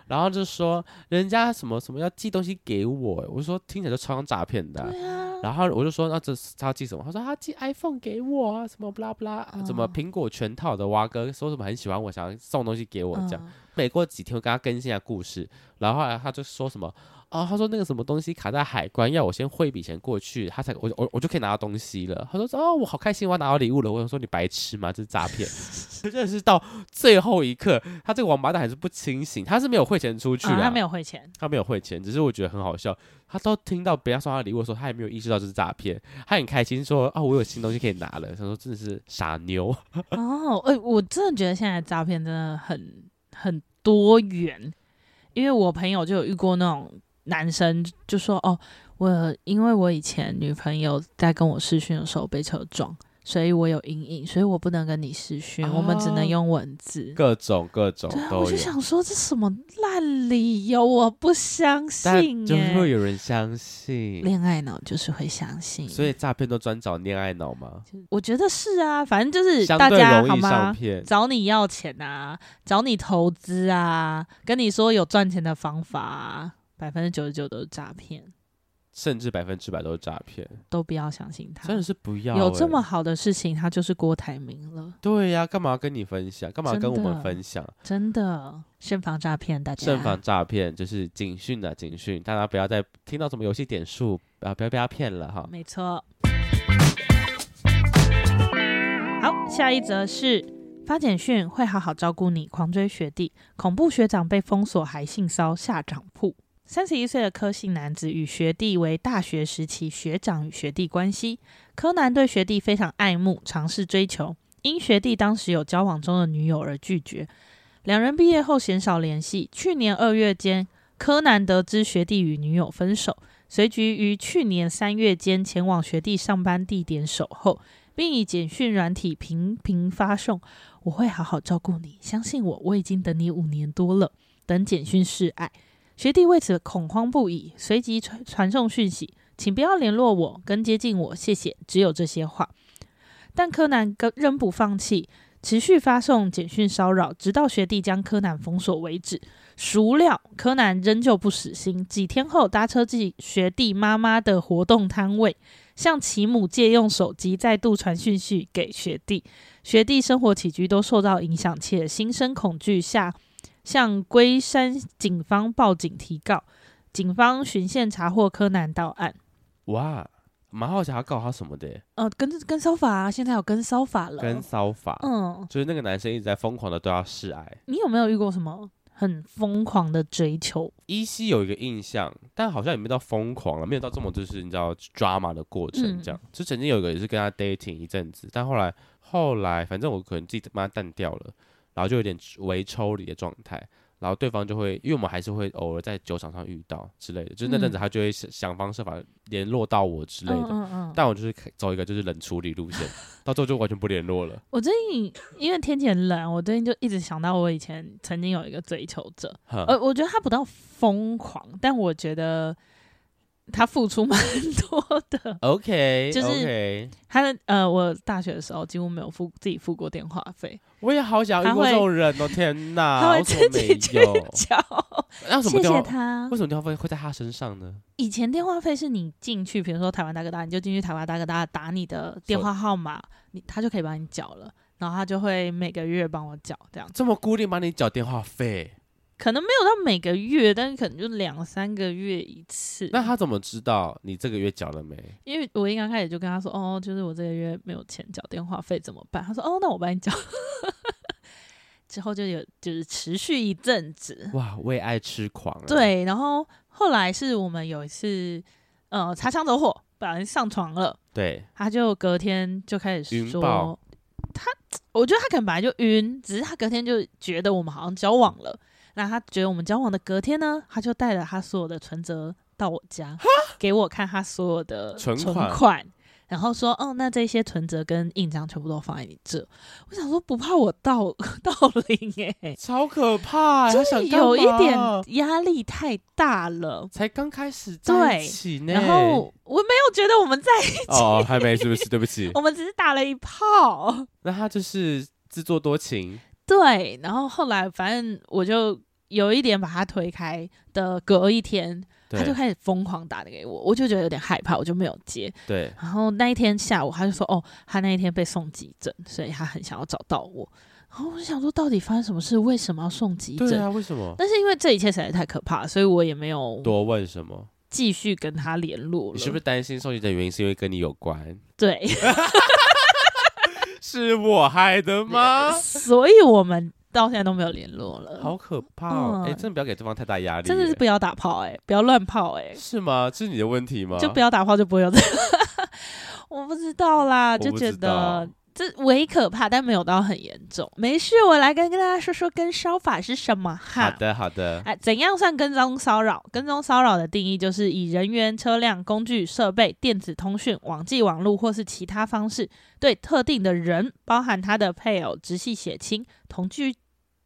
Speaker 2: 然后就说人家什么什么要寄东西给我，我就说听起来就超像诈骗的啊、
Speaker 1: 对啊，
Speaker 2: 然后我就说那这是他要寄什么？他说他寄 iPhone 给我啊，什么不啦不啦，什么
Speaker 1: 哦
Speaker 2: 苹果全套的蛙哥说什么很喜欢我，想要送东西给我这样。
Speaker 1: 嗯
Speaker 2: 每过几天我跟他更新一下故事，然后后来他就说什么啊，他说那个什么东西卡在海关，要我先汇一笔钱过去，他才我我我就可以拿到东西了。他说哦，我好开心，我要拿到礼物了。我想说你白痴吗？这是诈骗！ 真的是到最后一刻，他这个王八蛋还是不清醒，他是没有汇钱出去的、
Speaker 1: 啊他没有汇钱，
Speaker 2: 他没有汇钱，只是我觉得很好笑。他都听到别人送他礼物的时候，他也没有意识到这是诈骗，他很开心说啊，我有新东西可以拿了。他说真的是傻妞，
Speaker 1: 哦，哎、我真的觉得现在的诈骗真的很很多元，因为我朋友就有遇过那种男生就说哦，我因为我以前女朋友在跟我视讯的时候被车撞，所以我有阴影，所以我不能跟你视讯，我们只能
Speaker 2: 哦
Speaker 1: 用文字。
Speaker 2: 各种各种
Speaker 1: 对啊，我
Speaker 2: 都
Speaker 1: 就
Speaker 2: 有。
Speaker 1: 想说这什么烂理由，我不相信、
Speaker 2: 但
Speaker 1: 欸。
Speaker 2: 就是会有人相信，
Speaker 1: 恋爱脑就是会相信，
Speaker 2: 所以诈骗都专找恋爱脑吗？
Speaker 1: 我觉得是啊，反正就是
Speaker 2: 相
Speaker 1: 大
Speaker 2: 对
Speaker 1: 家好
Speaker 2: 容易
Speaker 1: 吗
Speaker 2: 上？骗。
Speaker 1: 找你要钱啊，找你投资啊，跟你说有赚钱的方法啊，百分之九十九都是诈骗，
Speaker 2: 甚至百分之百都是诈骗，
Speaker 1: 都不要相信他
Speaker 2: 真。的是不要、欸。
Speaker 1: 有这么好的事情，他就是郭台铭了，
Speaker 2: 对呀、干嘛跟你分享？干嘛跟我
Speaker 1: 真的
Speaker 2: 们分享？
Speaker 1: 真的。慎防诈骗，大家。
Speaker 2: 慎防诈骗，就是警讯啊，警讯！大家不要再听到什么游戏点数啊，不要被他骗了哈。
Speaker 1: 没错。好，下一则是发简讯会好好照顾你，狂追学弟，恐怖学长被封锁还性骚下长铺。三十一岁的柯姓男子与学弟为大学时期学长与学弟关系，柯南对学弟非常爱慕，尝试追求，因学弟当时有交往中的女友而拒绝。两人毕业后鲜少联系。去年二月间，柯南得知学弟与女友分手，随即于去年三月间前往学弟上班地点守候，并以简讯软体频频发送“我会好好照顾你，相信我，我已经等你五年多了”等简讯示爱。学弟为此恐慌不已，随即传传送讯息：“请不要联络我，跟接近我，谢谢。”只有这些话。但柯南跟仍不放弃，持续发送简讯骚扰，直到学弟将柯南封锁为止。孰料柯南仍旧不死心，几天后搭车至学弟妈妈的活动摊位，向其母借用手机，再度传讯息给学弟。学弟生活起居都受到影响，且心生恐惧下，向龟山警方报警提告。警方循线查获柯南到案。
Speaker 2: 哇，蛮好奇他告他什么的耶，
Speaker 1: 呃，跟跟骚法、啊，现在有跟骚法了。
Speaker 2: 跟骚法，
Speaker 1: 嗯，
Speaker 2: 就是那个男生一直在疯狂的对他示爱。
Speaker 1: 你有没有遇过什么很疯狂的追求？
Speaker 2: 依稀有一个印象，但好像也没有到疯狂了，没有到这么就是你知道 drama 的过
Speaker 1: 嗯
Speaker 2: 程这样。就曾经有一个也是跟他 dating 一阵子，但后来后来反正我可能自己慢慢淡掉了，然后就有点微抽离的状态。然后对方就会，因为我们还是会偶尔在酒场上遇到之类的，就是那阵子他就会想想方设法联络到我之类
Speaker 1: 嗯
Speaker 2: 的。
Speaker 1: 嗯嗯。
Speaker 2: 但我就是开走一个就是冷处理路线，到最后就完全不联络了。
Speaker 1: 我最近因为天气很冷，我最近就一直想到我以前曾经有一个追求者，
Speaker 2: 哼
Speaker 1: 呃，我觉得他不到疯狂，但我觉得他付出蛮多的。
Speaker 2: OK，
Speaker 1: 就是
Speaker 2: OK，
Speaker 1: 他的呃，我大学的时候几乎没有付自己付过电话费，
Speaker 2: 我也好想要遇过
Speaker 1: 他会
Speaker 2: 这种人哦！天哪，
Speaker 1: 他会
Speaker 2: 为什
Speaker 1: 自
Speaker 2: 么
Speaker 1: 己去
Speaker 2: 没有？
Speaker 1: 交。
Speaker 2: 那什
Speaker 1: 谢
Speaker 2: 么电
Speaker 1: 谢
Speaker 2: 话？
Speaker 1: 他
Speaker 2: 为。什么电话费会在他身上呢？
Speaker 1: 以前电话费是你进去，比如说台湾大哥大，你就进去台湾大哥大打你的电话号码，你他就可以帮你缴了，然后他就会每个月帮我缴这样子。
Speaker 2: 这么固定帮你缴电话费，
Speaker 1: 可能没有到每个月，但是可能就两三个月一次。
Speaker 2: 那他怎么知道你这个月缴了没？
Speaker 1: 因为我一刚开始就跟他说，哦，就是我这个月没有钱缴电话费怎么办？他说，哦，那我帮你缴。 之后就有就是持续一阵子，
Speaker 2: 哇，为爱痴狂、啊！，
Speaker 1: 对。然后后来是我们有一次，呃，擦枪走火，不小心上床了，
Speaker 2: 对，
Speaker 1: 他就隔天就开始
Speaker 2: 晕
Speaker 1: 说
Speaker 2: 爆，
Speaker 1: 他我觉得他可能本来就晕，只是他隔天就觉得我们好像交往了。那他觉得我们交往的隔天呢，他就带了他所有的存折到我家，给我看他所有的
Speaker 2: 存
Speaker 1: 存
Speaker 2: 款
Speaker 1: 然后说，哦，那这些存折跟印章全部都放在你这。我想说，不怕我 盗盗领哎、
Speaker 2: 超可怕、欸！
Speaker 1: 就
Speaker 2: 他
Speaker 1: 是
Speaker 2: 想
Speaker 1: 有一
Speaker 2: 干
Speaker 1: 点
Speaker 2: 嘛
Speaker 1: 压力太大了。
Speaker 2: 才刚开始在
Speaker 1: 对
Speaker 2: 一起呢，
Speaker 1: 然后我没有觉得我们在，，
Speaker 2: 哦，还没，是不是？对不起
Speaker 1: 我们只是打了一炮。
Speaker 2: 那他就是自作多情，
Speaker 1: 对，然后后来反正我就有一点把他推开的，隔一天他就
Speaker 2: 对
Speaker 1: 开始疯狂打给我，我就觉得有点害怕，我就没有接。
Speaker 2: 对，
Speaker 1: 然后那一天下午他就说，哦，他那一天被送急诊，所以他很想要找到我。然后我就想说，到底发生什么事？为什么要送急
Speaker 2: 对
Speaker 1: 诊？
Speaker 2: 啊，为什么？
Speaker 1: 但是因为这一切实在太可怕，所以我也没有
Speaker 2: 多问什么？
Speaker 1: 继续跟他联络了。
Speaker 2: 你是不是担心受气的原因是因为跟你有关？
Speaker 1: 对，？
Speaker 2: 是我害的吗
Speaker 1: 所以我们到现在都没有联络了。
Speaker 2: 好可怕哦！
Speaker 1: 嗯
Speaker 2: 哎、真的不要给对方太大压力、
Speaker 1: 真的是
Speaker 2: 欸
Speaker 1: 不要打炮哎、不要乱炮哎、
Speaker 2: 是吗？这是你的问题吗？
Speaker 1: 就不要打炮就不会有 这个。我不知道啦，
Speaker 2: 我
Speaker 1: 就
Speaker 2: 不
Speaker 1: 觉
Speaker 2: 知
Speaker 1: 得
Speaker 2: 道
Speaker 1: 这唯可怕，但没有到很严重。没事，我来跟跟大家说说跟骚法是什么哈。
Speaker 2: 好。的，好的，
Speaker 1: 哎，怎样算跟踪骚扰？跟踪骚扰的定义就是以人员、车辆、工具、设备、电子通讯、网际网络或是其他方式，对特定的人，包含他的配偶、直系血亲、同居、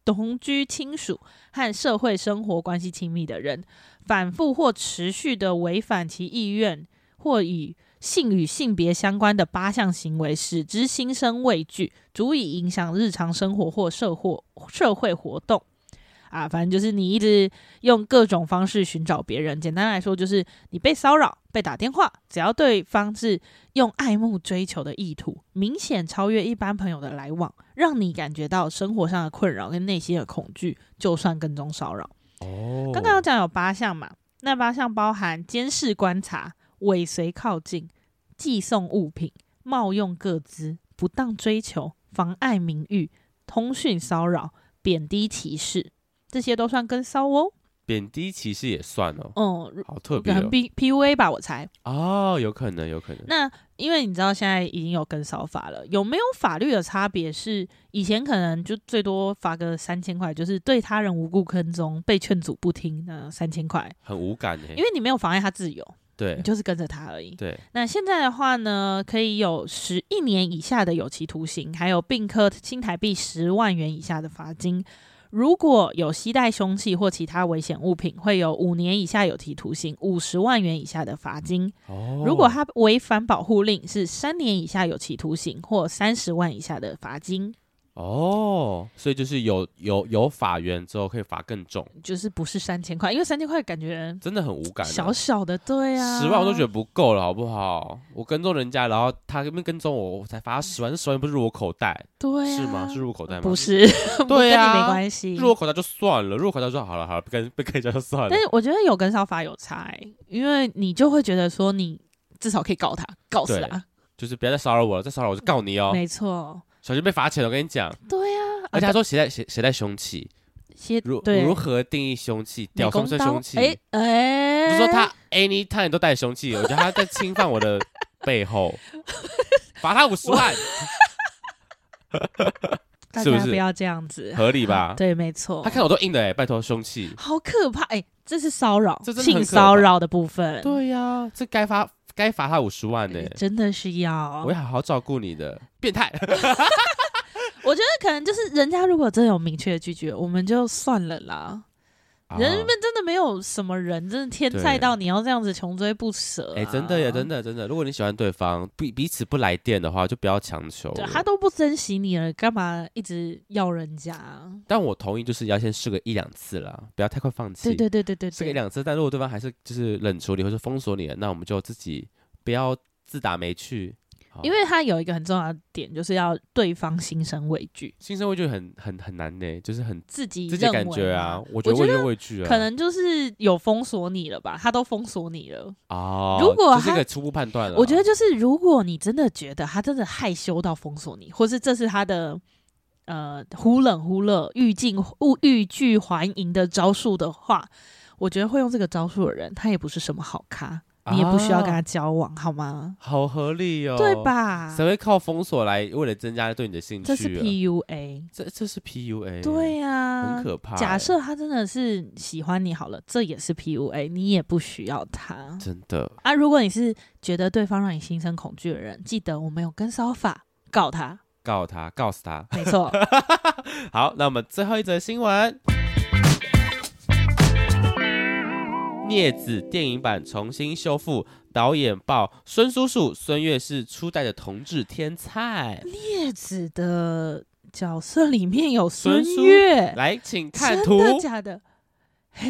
Speaker 1: 同居亲属和社会生活关系亲密的人，反复或持续的违反其意愿，或以性与性别相关的八项行为，使之心生畏惧，足以影响日常生活或社会社会活动。啊，反正就是你一直用各种方式寻找别人。简单来说，就是你被骚扰、被打电话，只要对方是用爱慕追求的意图，明显超越一般朋友的来往，让你感觉到生活上的困扰跟内心的恐惧，就算跟踪骚扰。
Speaker 2: 哦，
Speaker 1: 刚刚有讲有八项嘛，那八项包含监视、观察、尾随靠近、寄送物品、冒用各资、不当追求、妨碍名誉、通讯骚扰、贬低歧视，这些都算跟骚哦。
Speaker 2: 贬低其实也算哦，
Speaker 1: 嗯，如
Speaker 2: 好特
Speaker 1: 可
Speaker 2: 别
Speaker 1: 能
Speaker 2: 哦。
Speaker 1: P P U A 吧，我猜。
Speaker 2: 哦，有可能，有可能。
Speaker 1: 那因为你知道现在已经有跟骚法了，有没有法律的差别是以前可能就最多罚个三千块，就是对他人无故跟踪、被劝阻不听，那三千块，
Speaker 2: 很无感呢、
Speaker 1: 因为你没有妨碍他自由。
Speaker 2: 对
Speaker 1: 你就是跟着他而已。
Speaker 2: 对，
Speaker 1: 那现在的话呢，可以有十一年以下的有期徒刑，还有并科新台币十万元以下的罚金。如果有携带凶器或其他危险物品，会有五年以下有期徒刑、五十万元以下的罚金。
Speaker 2: 哦，
Speaker 1: 如果他违反保护令，是三年以下有期徒刑或三十万以下的罚金，
Speaker 2: 哦，所以就是有有有法源之后可以罚更重，
Speaker 1: 就是不是三千块，因为三千块感觉
Speaker 2: 真的很无感、啊。
Speaker 1: 小小的，对啊，
Speaker 2: 十万我都觉得不够了，好不好？我跟踪人家，然后他跟跟踪我，我才罚十万，十万不是入我口袋、
Speaker 1: 嗯对、啊，
Speaker 2: 是吗？是入我口袋吗？
Speaker 1: 不，是，
Speaker 2: 对
Speaker 1: 跟你
Speaker 2: 啊
Speaker 1: 没关系，
Speaker 2: 入我口袋就算了，入我口袋就好了，好了，不跟不跟人家就算了
Speaker 1: 但。是我觉得有跟骚法有差、欸，因为你就会觉得说你至少可以告他，告死他，
Speaker 2: 就是不要再骚扰我了，再骚扰我就告你哦，
Speaker 1: 没错，
Speaker 2: 小心被罚钱。我跟你讲，哎
Speaker 1: 对啊呀、
Speaker 2: 而且他说携带携携带凶器，
Speaker 1: 些
Speaker 2: 如
Speaker 1: 对
Speaker 2: 如何定义凶器？
Speaker 1: 美
Speaker 2: 屌
Speaker 1: 工
Speaker 2: 算不算
Speaker 1: 刀
Speaker 2: 凶，器？
Speaker 1: 哎哎，
Speaker 2: 就说他 anytime 都带凶器，我觉得他在侵犯我的 背后，罚他五十万。
Speaker 1: 大
Speaker 2: 是不
Speaker 1: 家
Speaker 2: 是
Speaker 1: 不要这样子，
Speaker 2: 合理 吧？
Speaker 1: 对，没错
Speaker 2: 他，看我都硬了哎、拜托凶 器。
Speaker 1: 好可怕，哎、这是骚扰
Speaker 2: 这，真的很
Speaker 1: 性
Speaker 2: 可怕
Speaker 1: 骚扰的部分，
Speaker 2: 对呀、这该罚该罚他五十万呢、
Speaker 1: 哎，真的是要
Speaker 2: 我会，好好照顾 你的，变态。
Speaker 1: 我觉得可能就是人家如果真的有明确的拒绝，我们就算了啦。人
Speaker 2: 啊
Speaker 1: 们真的没有什么人真的天才
Speaker 2: 对
Speaker 1: 到你要这样子穷追不舍、啊，
Speaker 2: 哎、真的耶，真
Speaker 1: 的，
Speaker 2: 的真的，如果你喜欢对方，彼彼此不来电的话，就不要强求了。
Speaker 1: 对他都不珍惜你了，干嘛一直要人家？
Speaker 2: 但我同意，就是要先试个一两次啦，不要太快放弃。
Speaker 1: 对对对对对
Speaker 2: 试个
Speaker 1: 对
Speaker 2: 一两次，但如果对方还是就是冷处理或是封锁你了，那我们就自己不要自打没趣。好
Speaker 1: 因为他有一个很重要的点，就是要对方心生畏惧，
Speaker 2: 新生畏惧很很很难呢，就是很
Speaker 1: 自己
Speaker 2: 自己
Speaker 1: 认
Speaker 2: 感
Speaker 1: 为
Speaker 2: 觉
Speaker 1: 嘛
Speaker 2: 啊，我
Speaker 1: 觉
Speaker 2: 觉得畏
Speaker 1: 得
Speaker 2: 就畏惧啊，
Speaker 1: 可能就是有封锁你了吧，他都封锁你了。
Speaker 2: 哦，
Speaker 1: 如果
Speaker 2: 这是
Speaker 1: 他
Speaker 2: 一个初步判断了，啊
Speaker 1: 我觉得就是，如果你真的觉得他真的害羞到封锁你，或是这是他的呃忽冷忽热、欲进欲欲拒还迎的招数的话，我觉得会用这个招数的人，他也不是什么好咖，你也不需要跟
Speaker 2: 啊
Speaker 1: 他交往，好吗？
Speaker 2: 好合理哦，
Speaker 1: 对？吧？
Speaker 2: 谁会靠封锁来为了增加对你的兴趣
Speaker 1: 这
Speaker 2: 啊？
Speaker 1: 是 PUA，
Speaker 2: 这这是 PUA，
Speaker 1: 对呀、
Speaker 2: 哎很可怕欸。
Speaker 1: 假设他真的是喜欢你好了，这也是 PUA，你也不需要他
Speaker 2: 真的
Speaker 1: 啊。如果你是觉得对方让你心生恐惧的人，记得我们有跟骚法告他，
Speaker 2: 告他，告诉他。
Speaker 1: 没 错。
Speaker 2: 好，那我们最后一则新闻。《孽子》电影版重新修复，导演曝孙叔叔孙越是初代的同志天才。
Speaker 1: 叶子的角色里面有孙
Speaker 2: 孙苏
Speaker 1: 悦，
Speaker 2: 来，请看
Speaker 1: 真
Speaker 2: 图。哦
Speaker 1: 的假的？嘿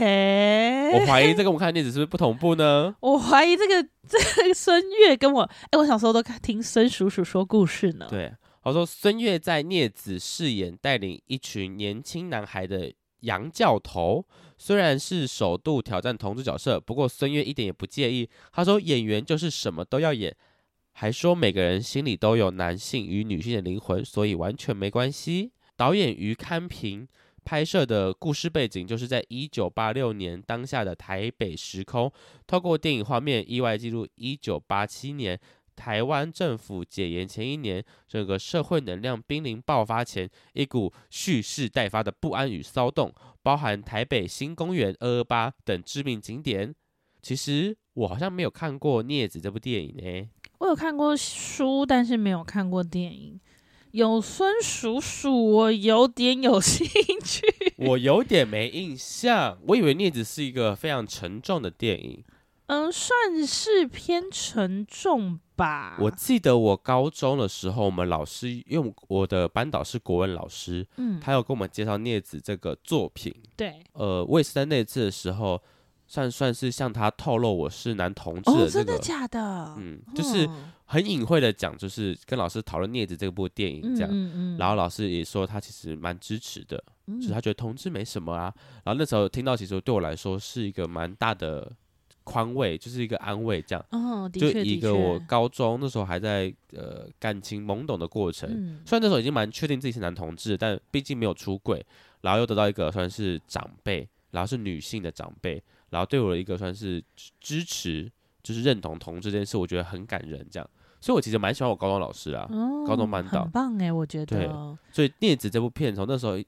Speaker 2: 我，怀疑这跟我们看的《孽子》是不是不同步呢？
Speaker 1: 我怀疑这个这个孙悦跟我，哎、我小时候都看听孙叔叔说故事呢。
Speaker 2: 对，我说孙越在《孽子》饰演带领一群年轻男孩的洋教头，虽然是首度挑战同志角色，不过孙越一点也不介意。他说演员就是什么都要演，还说每个人心里都有男性与女性的灵魂，所以完全没关系。导演于堪平。拍摄的故事背景就是在一九八六年当下的台北时空，透过电影画面意外记录一九八七年台湾政府解严前一年，整个社会能量濒临爆发前，一股蓄势待发的不安与骚动，包含台北新公园、二二八等知名景点。其实我好像没有看过《镊子》这部电影 诶、
Speaker 1: 我有看过书，但是没有看过电影。有孙叔叔，我有点有 兴趣。
Speaker 2: 我有点没印象，我以为《镊子》是一个非常沉重的电影。
Speaker 1: 嗯，算是偏沉重吧。
Speaker 2: 我记得我高中的时候，我们老师因为我们我的班导是国文老师，
Speaker 1: 嗯，
Speaker 2: 他有跟我们介绍《镊子》这个作品。
Speaker 1: 对，
Speaker 2: 呃，我也是在那次的时候，算算是向他透露我是男同志
Speaker 1: 哦，
Speaker 2: 的那
Speaker 1: 真
Speaker 2: 个，
Speaker 1: 的假的？
Speaker 2: 嗯，就是
Speaker 1: 嗯
Speaker 2: 很隐晦的讲，就是跟老师讨论《镊子》这部电影这样。
Speaker 1: 嗯嗯嗯嗯
Speaker 2: 然后老师也说他其实蛮支持的，就是他觉得同志没什么啊。然后那时候听到，其实对我来说是一个蛮大的宽慰，就是一个安慰这样。
Speaker 1: 嗯，哦，的
Speaker 2: 就
Speaker 1: 确，
Speaker 2: 一
Speaker 1: 的
Speaker 2: 个我
Speaker 1: 确，
Speaker 2: 高中那时候还在呃感情懵懂的过程，
Speaker 1: 嗯，
Speaker 2: 虽然那时候已经蛮确定自己是男同志，但毕竟没有出柜，然后又得到一个算是长辈，然后是女性的长辈，然后对我的一个算是支支持，就是认同同志这件事，我觉得很感人。这样，所以我其实蛮喜欢我高中老师啊。
Speaker 1: 哦，
Speaker 2: 高中班导
Speaker 1: 很棒哎，我觉
Speaker 2: 对
Speaker 1: 得。
Speaker 2: 所以《镊子》这部片从那时候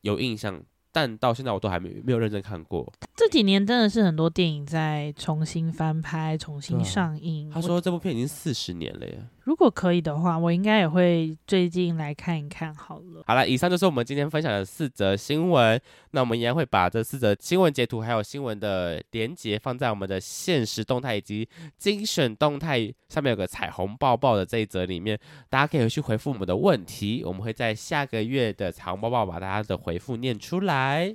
Speaker 2: 有印象，但到现在我都还没没有认真看过。
Speaker 1: 这几年真的是很多电影在重新翻拍、重新
Speaker 2: 对啊
Speaker 1: 上映。
Speaker 2: 他
Speaker 1: 我
Speaker 2: 说这部片已经四十年了耶。
Speaker 1: 如果可以的话，我应该也会最近来看一看好了。
Speaker 2: 好了，以上就是我们今天分享的四则新闻。那我们一样会把这四则新闻截图还有新闻的连接放在我们的现实动态以及精选动态上面有个彩虹抱抱的这一则里面，大家可以回去回复我们的问题，我们会在下个月的彩虹抱抱把大家的回复念出来。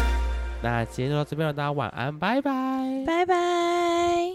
Speaker 2: 那今天就到这边了，大家晚安，拜拜。
Speaker 1: 拜拜。